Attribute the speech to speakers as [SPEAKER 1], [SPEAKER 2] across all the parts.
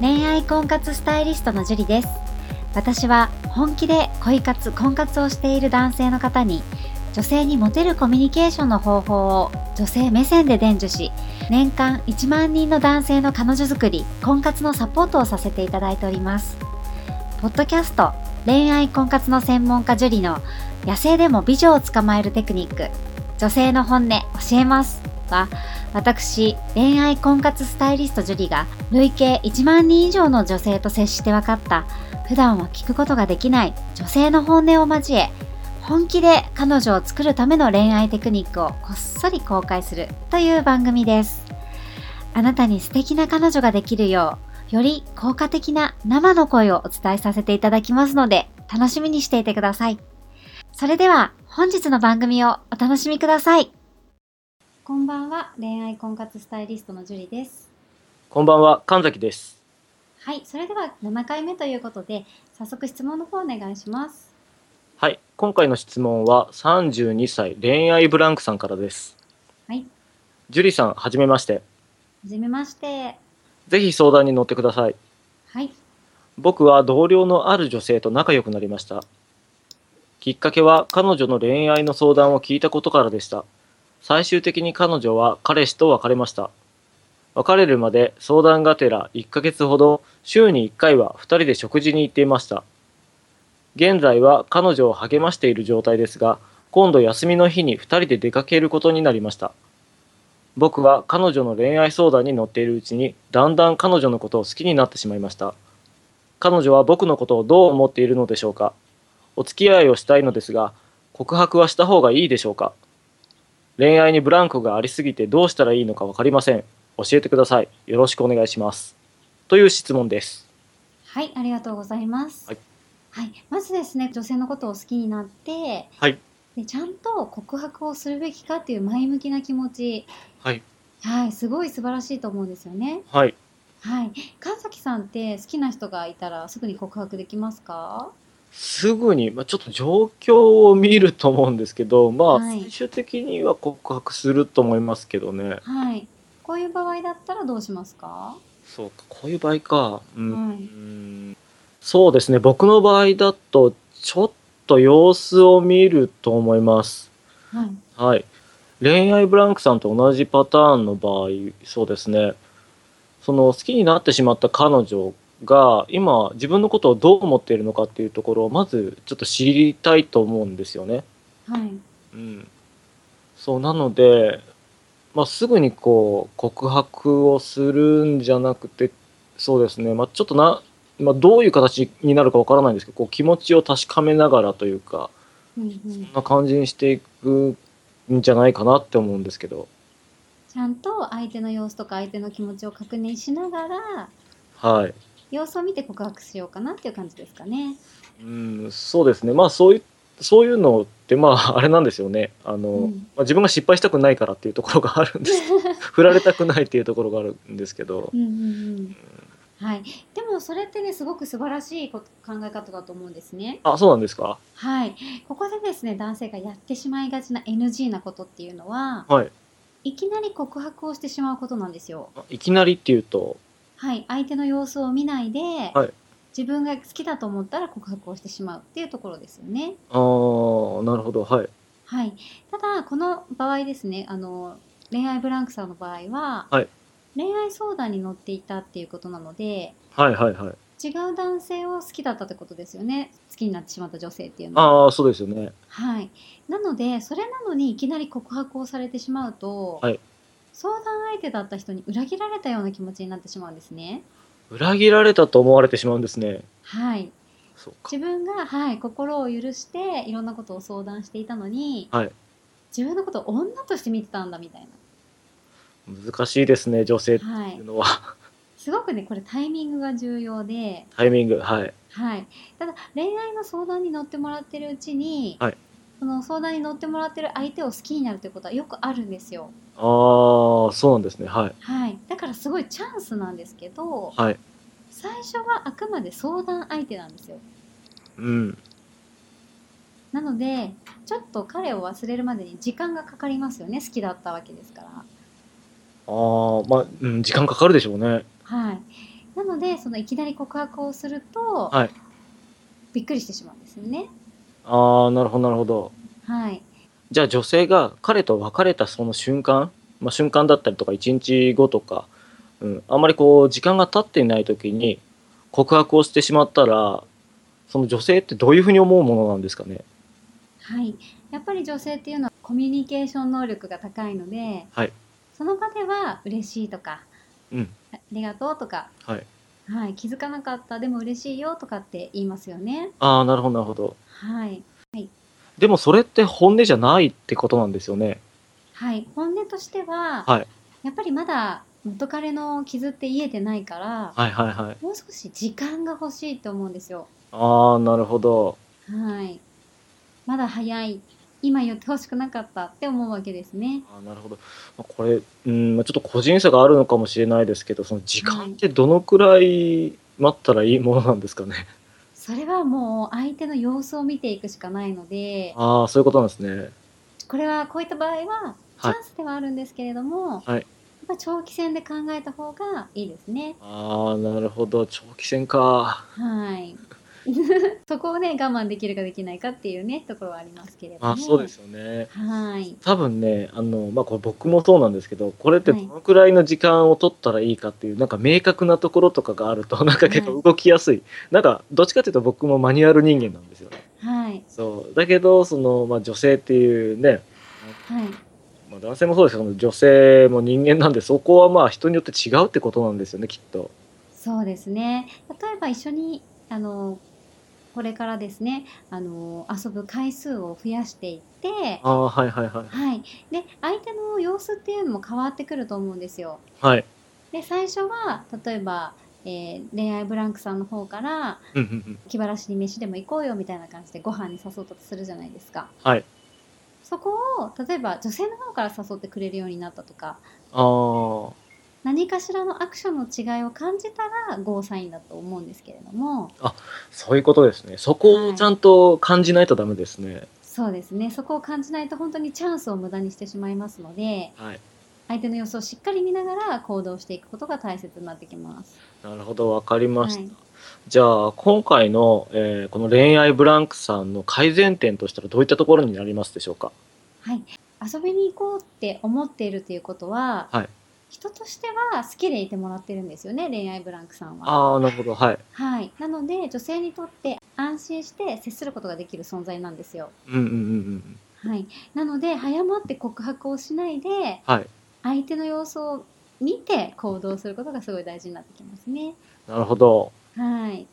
[SPEAKER 1] 恋愛婚活スタイリストのジュリです私は本気で恋活婚活をしている男性の方に女性にモテるコミュニケーションの方法を女性目線で伝授し年間1万人の男性の彼女作り婚活のサポートをさせていただいておりますポッドキャスト恋愛婚活の専門家ジュリの野生でも美女を捕まえるテクニック女性の本音教えますは私恋愛婚活スタイリストジュリが累計1万人以上の女性と接して分かった普段は聞くことができない女性の本音を交え本気で彼女を作るための恋愛テクニックをこっそり公開するという番組ですあなたに素敵な彼女ができるようより効果的な生の声をお伝えさせていただきますので楽しみにしていてくださいそれでは本日の番組をお楽しみくださいこんばんは恋愛婚活スタイリストのジュリです
[SPEAKER 2] こんばんは、神崎です。
[SPEAKER 1] はい、それでは7回目ということで、早速質問の方お願いします。
[SPEAKER 2] はい、今回の質問は32歳恋愛ブランクさんからです。
[SPEAKER 1] はい、
[SPEAKER 2] ジュリさん、はじめまして。
[SPEAKER 1] はじめまして。
[SPEAKER 2] ぜひ相談に乗ってください。
[SPEAKER 1] はい、
[SPEAKER 2] 僕は同僚のある女性と仲良くなりました。きっかけは彼女の恋愛の相談を聞いたことからでした。最終的に彼女は彼氏と別れました。別れるまで相談がてら1ヶ月ほど週に1回は2人で食事に行っていました。現在は彼女を励ましている状態ですが、今度休みの日に2人で出かけることになりました。僕は彼女の恋愛相談に乗っているうちに、だんだん彼女のことを好きになってしまいました。彼女は僕のことをどう思っているのでしょうかお付き合いをしたいのですが告白はした方がいいでしょうか恋愛にブランクがありすぎてどうしたらいいのか分かりません教えてくださいよろしくお願いしますという質問です
[SPEAKER 1] はい、ありがとうございます。
[SPEAKER 2] はい
[SPEAKER 1] はい、まずですね、女性のことを好きになって、
[SPEAKER 2] はい
[SPEAKER 1] で、ちゃんと告白をするべきかっていう前向きな気持ち。
[SPEAKER 2] はい
[SPEAKER 1] はい、すごい素晴らしいと思うんですよね。
[SPEAKER 2] はい
[SPEAKER 1] はい、神崎さんって好きな人がいたら、すぐに告白できますか。
[SPEAKER 2] すぐに、まあ、ちょっと状況を見ると思うんですけどまあ、
[SPEAKER 1] はい
[SPEAKER 2] 最終的には告白すると思いますけどね
[SPEAKER 1] はい、こういう場合だったら、どうしますか。
[SPEAKER 2] そうかこういう場合かうん、
[SPEAKER 1] はいう
[SPEAKER 2] ーんそうですね僕の場合だとちょっと様子を見ると思います
[SPEAKER 1] はい、
[SPEAKER 2] はい恋愛ブランクさんと同じパターンの場合そうですねその好きになってしまった彼女が今自分のことをどう思っているのかっていうところをまずちょっと知りたいと思うんですよね
[SPEAKER 1] はい、
[SPEAKER 2] うんそうなので、まあ、すぐにこう告白をするんじゃなくてそうですね、まあ、ちょっとな、まあ、どういう形になるかわからないんですけどこう気持ちを確かめながらというか
[SPEAKER 1] うん、う
[SPEAKER 2] そ
[SPEAKER 1] ん。
[SPEAKER 2] んな感じにしていくんじゃないかなって思うんですけど、
[SPEAKER 1] ちゃんと相手の様子とか相手の気持ちを確認しながら
[SPEAKER 2] はい
[SPEAKER 1] 様子を見て告白しようかなっていう感じですかね。
[SPEAKER 2] うん、そうですねまあそういうそういうのってまあ あれなんですよねあの、
[SPEAKER 1] うん
[SPEAKER 2] まあ、自分が失敗したくないからっていうところがあるん です振られたくないっていうところがあるんですけど
[SPEAKER 1] う。んうんうん。はい。でもそれってねすごく素晴らしいこと考え方だと思うんですね。
[SPEAKER 2] あ、そうなんですか
[SPEAKER 1] はい。ここでですね男性がやってしまいがちな NG なことっていうのは
[SPEAKER 2] はい。
[SPEAKER 1] いきなり告白をしてしまうことなんですよ。
[SPEAKER 2] いきなりっていうと、
[SPEAKER 1] はい。相手の様子を見ないで、
[SPEAKER 2] はい
[SPEAKER 1] 自分が好きだと思ったら告白をしてしまうっていうところですよね。
[SPEAKER 2] あー、なるほど、はい。
[SPEAKER 1] はい、ただこの場合ですねあの恋愛ブランクさんの場合は、
[SPEAKER 2] はい
[SPEAKER 1] 恋愛相談に乗っていたっていうことなので
[SPEAKER 2] はいはいはい。
[SPEAKER 1] 違う男性を好きだったってことですよね好きになってしまった女性っていうのは。
[SPEAKER 2] あー、そうですよね。
[SPEAKER 1] はい、なのでそれなのにいきなり告白をされてしまうと、
[SPEAKER 2] はい
[SPEAKER 1] 相談相手だった人に裏切られたような気持ちになってしまうんですね。
[SPEAKER 2] 裏切られたと思われてしまうんですね。
[SPEAKER 1] はい、
[SPEAKER 2] そうか。
[SPEAKER 1] 自分が、はい、心を許していろんなことを相談していたのに、
[SPEAKER 2] はい
[SPEAKER 1] 自分のことを女として見てたんだみたい
[SPEAKER 2] 難しいですね、女性って
[SPEAKER 1] な。はい
[SPEAKER 2] いうのは。
[SPEAKER 1] すごくねこれタイミングが重要で、
[SPEAKER 2] タイミング、はい。
[SPEAKER 1] はい、ただ恋愛の相談に乗ってもらってるうちに、
[SPEAKER 2] はい
[SPEAKER 1] その相談に乗ってもらってる相手を好きになるということはよくあるんですよ、
[SPEAKER 2] あー、そうなんですね、はい。
[SPEAKER 1] はい、だからすごいチャンスなんですけど
[SPEAKER 2] はい。
[SPEAKER 1] 最初はあくまで相談相手なんですよ
[SPEAKER 2] うん。
[SPEAKER 1] なのでちょっと彼を忘れるまでに時間がかかりますよね好きだったわけですから
[SPEAKER 2] あー、まあ、うん、時間かかるでしょうね。
[SPEAKER 1] はいなのでそのいきなり告白をすると、
[SPEAKER 2] はい
[SPEAKER 1] びっくりしてしまうんですよね。
[SPEAKER 2] ああ、なるほど、なるほど。
[SPEAKER 1] はい、
[SPEAKER 2] じゃあ女性が彼と別れたその瞬間、まあ、瞬間だったりとか1日後とか、うん、あんまりこう時間が経っていない時に告白をしてしまったらその女性ってどういうふうに思うものなんですかね
[SPEAKER 1] はい、やっぱり女性っていうのはコミュニケーション能力が高いので、
[SPEAKER 2] はい
[SPEAKER 1] その場では嬉しいとか
[SPEAKER 2] うん
[SPEAKER 1] ありがとうとか、
[SPEAKER 2] はい
[SPEAKER 1] はい、気づかなかったでも嬉しいよとかって言いますよね。
[SPEAKER 2] ああなるほどなるほど
[SPEAKER 1] はい、
[SPEAKER 2] でもそれって本音じゃないってことなんですよね
[SPEAKER 1] はい、本音としては、
[SPEAKER 2] はい
[SPEAKER 1] やっぱりまだ元彼の傷って癒えてないから、
[SPEAKER 2] はいはいはい
[SPEAKER 1] もう少し時間が欲しいと思うんですよ。
[SPEAKER 2] ああなるほど
[SPEAKER 1] はい。まだ早い。今言ってほしくなかったって思うわけですね。
[SPEAKER 2] あーなるほどまあこれうんまあちょっと個人差があるのかもしれないですけどその時間ってどのくらい待ったらいいものなんですかね
[SPEAKER 1] それはもう相手の様子を見ていくしかないので、
[SPEAKER 2] ああそういうことなんですね
[SPEAKER 1] これはこういった場合はチ
[SPEAKER 2] はい
[SPEAKER 1] ャンスではあるんですけれども、
[SPEAKER 2] はい
[SPEAKER 1] やっぱ長期戦で考えた方がいいですね。
[SPEAKER 2] ああ、なるほど。長期戦か。
[SPEAKER 1] はい。そこをね、我慢できるかできないかっていうね、ところはありますけれども。
[SPEAKER 2] あそうで。すよね。
[SPEAKER 1] はい。
[SPEAKER 2] 多分ね、あの、まあ、これ僕もそうなんですけど、これって
[SPEAKER 1] は
[SPEAKER 2] ど
[SPEAKER 1] い
[SPEAKER 2] のくらいの時間を取ったらいいかっていう、なんか明確なところとかがあると、 なんか結
[SPEAKER 1] は
[SPEAKER 2] 構動きやすい。なんか、どっちかっていうと僕もマニュアル人間なんですよね。
[SPEAKER 1] はい。
[SPEAKER 2] そう。だけど、その、まあ、女性っていうね、
[SPEAKER 1] はい。
[SPEAKER 2] まあ、男性もそうですけど、女性も人間なんで、そこはまあ人によって違うってことなんですよね、きっと。
[SPEAKER 1] そうですね。例えば一緒にあのこれからですね、あの遊ぶ回数を増やしていって、
[SPEAKER 2] ああ、はいはいはい。
[SPEAKER 1] はい。で相手の様子っていうのも変わってくると思うんですよ。
[SPEAKER 2] はい。
[SPEAKER 1] で最初は例えば、えー恋愛ブランクさんの方から
[SPEAKER 2] うんうんうん。
[SPEAKER 1] 気晴らしに飯でも行こうよみたいな感じでご飯に誘ったとするじゃないですか。
[SPEAKER 2] はい。
[SPEAKER 1] そこを例えば女性の方から誘ってくれるようになったとか。
[SPEAKER 2] あ
[SPEAKER 1] 何かしらのアクションの違いを感じたらゴーサインだと思うんですけれども、
[SPEAKER 2] あ、そういうことですね。そこをちゃんと感じないとダメですね。
[SPEAKER 1] そうですねそこを感じないと本当にチャンスを無駄にしてしまいますので
[SPEAKER 2] はい。
[SPEAKER 1] 相手の様子をしっかり見ながら行動していくことが大切になってきます。
[SPEAKER 2] なるほど、わかりました。
[SPEAKER 1] はい
[SPEAKER 2] じゃあ、今回の、えーこの恋愛ブランクさんの改善点としたらどういったところになりますでしょうか
[SPEAKER 1] はい、遊びに行こうって思っているということは、
[SPEAKER 2] はい
[SPEAKER 1] 人としては好きでいてもらってるんですよね恋愛ブランクさんは。
[SPEAKER 2] ああ、なるほど、はい。
[SPEAKER 1] はい、なので女性にとって安心して接することができる存在なんですよ。
[SPEAKER 2] うんうんうんうん。
[SPEAKER 1] はい、なので早まって告白をしないで
[SPEAKER 2] はい。
[SPEAKER 1] 相手の様子を見て行動することがすごい大事になってきますね。
[SPEAKER 2] なるほど。
[SPEAKER 1] はい。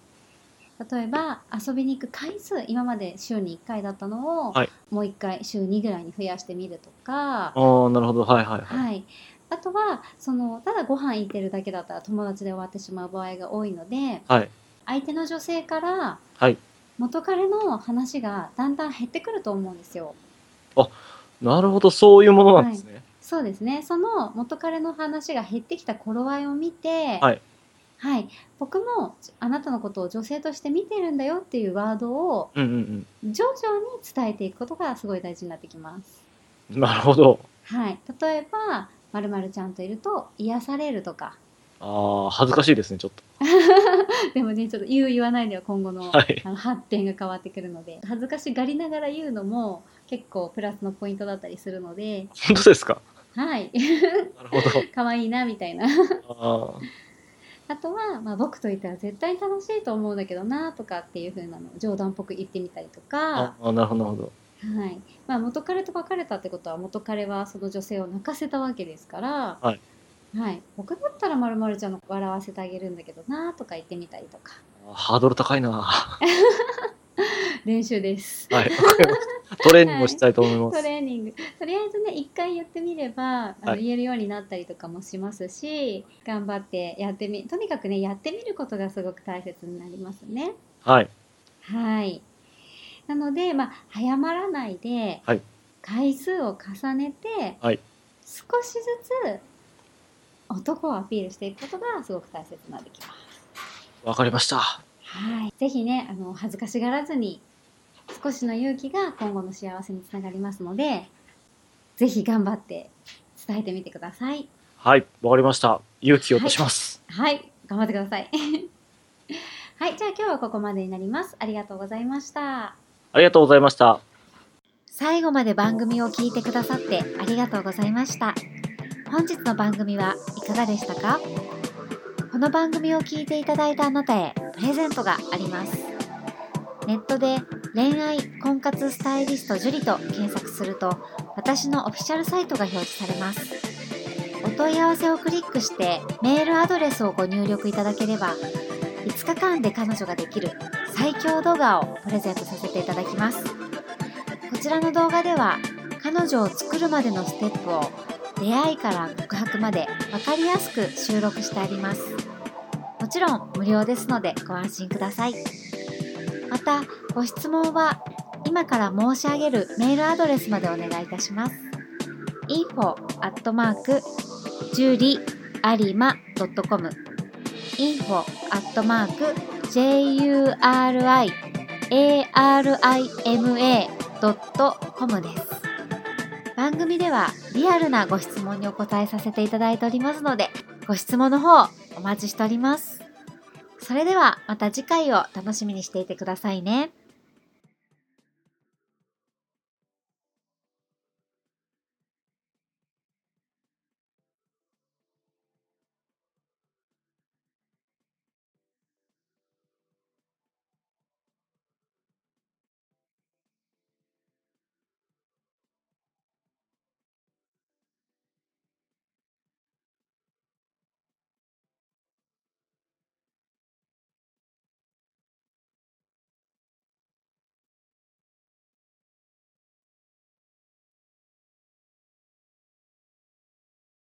[SPEAKER 1] 例えば遊びに行く回数今まで週に1回だったのを、
[SPEAKER 2] はい
[SPEAKER 1] もう1回週2ぐらいに増やしてみるとか、
[SPEAKER 2] ああ、なるほど、はいはいはい。
[SPEAKER 1] はい、あとはそのただご飯行ってるだけだったら友達で終わってしまう場合が多いので
[SPEAKER 2] はい。
[SPEAKER 1] 相手の女性から
[SPEAKER 2] はい。
[SPEAKER 1] 元彼の話がだんだん減ってくると思うんですよ。
[SPEAKER 2] なるほど、そういうものなんですね。
[SPEAKER 1] そうですねその元彼の話が減ってきた頃合いを見て、
[SPEAKER 2] はい
[SPEAKER 1] はい僕もあなたのことを女性として見てるんだよっていうワードを
[SPEAKER 2] うんうん
[SPEAKER 1] 徐々に伝えていくことがすごい大事になってきます。
[SPEAKER 2] うん。なるほど。
[SPEAKER 1] はい、例えばまるまるちゃんといると癒されるとか
[SPEAKER 2] ああ、恥ずかしいですね、ちょっと。
[SPEAKER 1] でもねちょっと言う言わないでは今後の,、
[SPEAKER 2] はい。
[SPEAKER 1] あの発展が変わってくるので恥ずかしがりながら言うのも結構プラスのポイントだったりするので
[SPEAKER 2] 本当ですか
[SPEAKER 1] はい
[SPEAKER 2] なるほ
[SPEAKER 1] 可愛いなみたいな
[SPEAKER 2] ど。あ
[SPEAKER 1] あとは、まあ、僕といたら絶対楽しいと思うんだけどなとかっていう風なのを冗談っぽく言ってみたりと
[SPEAKER 2] あ
[SPEAKER 1] か、
[SPEAKER 2] あーなるほど、なるほど。
[SPEAKER 1] はいまあ、元彼と別れたってことは元彼はその女性を泣かせたわけですから、
[SPEAKER 2] はい
[SPEAKER 1] はい僕だったらまるちゃんの笑わせてあげるんだけどなとか言ってみたりとか
[SPEAKER 2] あーハードル高いな。は
[SPEAKER 1] 練習です
[SPEAKER 2] い、 わかりました。トレーニングをしたいと思いま
[SPEAKER 1] ト
[SPEAKER 2] す。
[SPEAKER 1] レーニングとりあえずね一回言ってみればあの
[SPEAKER 2] はい
[SPEAKER 1] 言えるようになったりとかもしますし、頑張ってやってみとにかくねやってみることがすごく大切になりますね。
[SPEAKER 2] はい。
[SPEAKER 1] はい。なので、まあ、早まらないで、
[SPEAKER 2] はい
[SPEAKER 1] 回数を重ねて、
[SPEAKER 2] はい
[SPEAKER 1] 少しずつ男をアピールしていくことがすごく大切になってきます。
[SPEAKER 2] わかりました。
[SPEAKER 1] はい。ぜひね、あの、恥ずかしがらずに、少しの勇気が今後の幸せにつながりますので、ぜひ頑張って伝えてみてください。
[SPEAKER 2] はい、わかりました。勇気を出します。
[SPEAKER 1] はい。頑張ってください。 はい、じゃあ今日はここまでになります。ありがとうございました。
[SPEAKER 2] ありがとうございました。
[SPEAKER 1] 最後まで番組を聞いてくださってありがとうございました本日の番組はいかがでしたかこの番組を聞いていただいたあなたへプレゼントがありますネットで恋愛婚活スタイリスト樹里と検索すると私のオフィシャルサイトが表示されますお問い合わせをクリックしてメールアドレスをご入力いただければ5日間で彼女ができる最強動画をプレゼントさせていただきますこちらの動画では彼女を作るまでのステップを出会いから告白まで分かりやすく収録してありますもちろん無料ですのでご安心くださいまたご質問は今から申し上げるメールアドレスまでお願いいたします info at mark juriarima.com info at mark juriarima .com です番組ではリアルなご質問にお答えさせていただいておりますのでご質問の方お待ちしておりますそれではまた次回を楽しみにしていてくださいね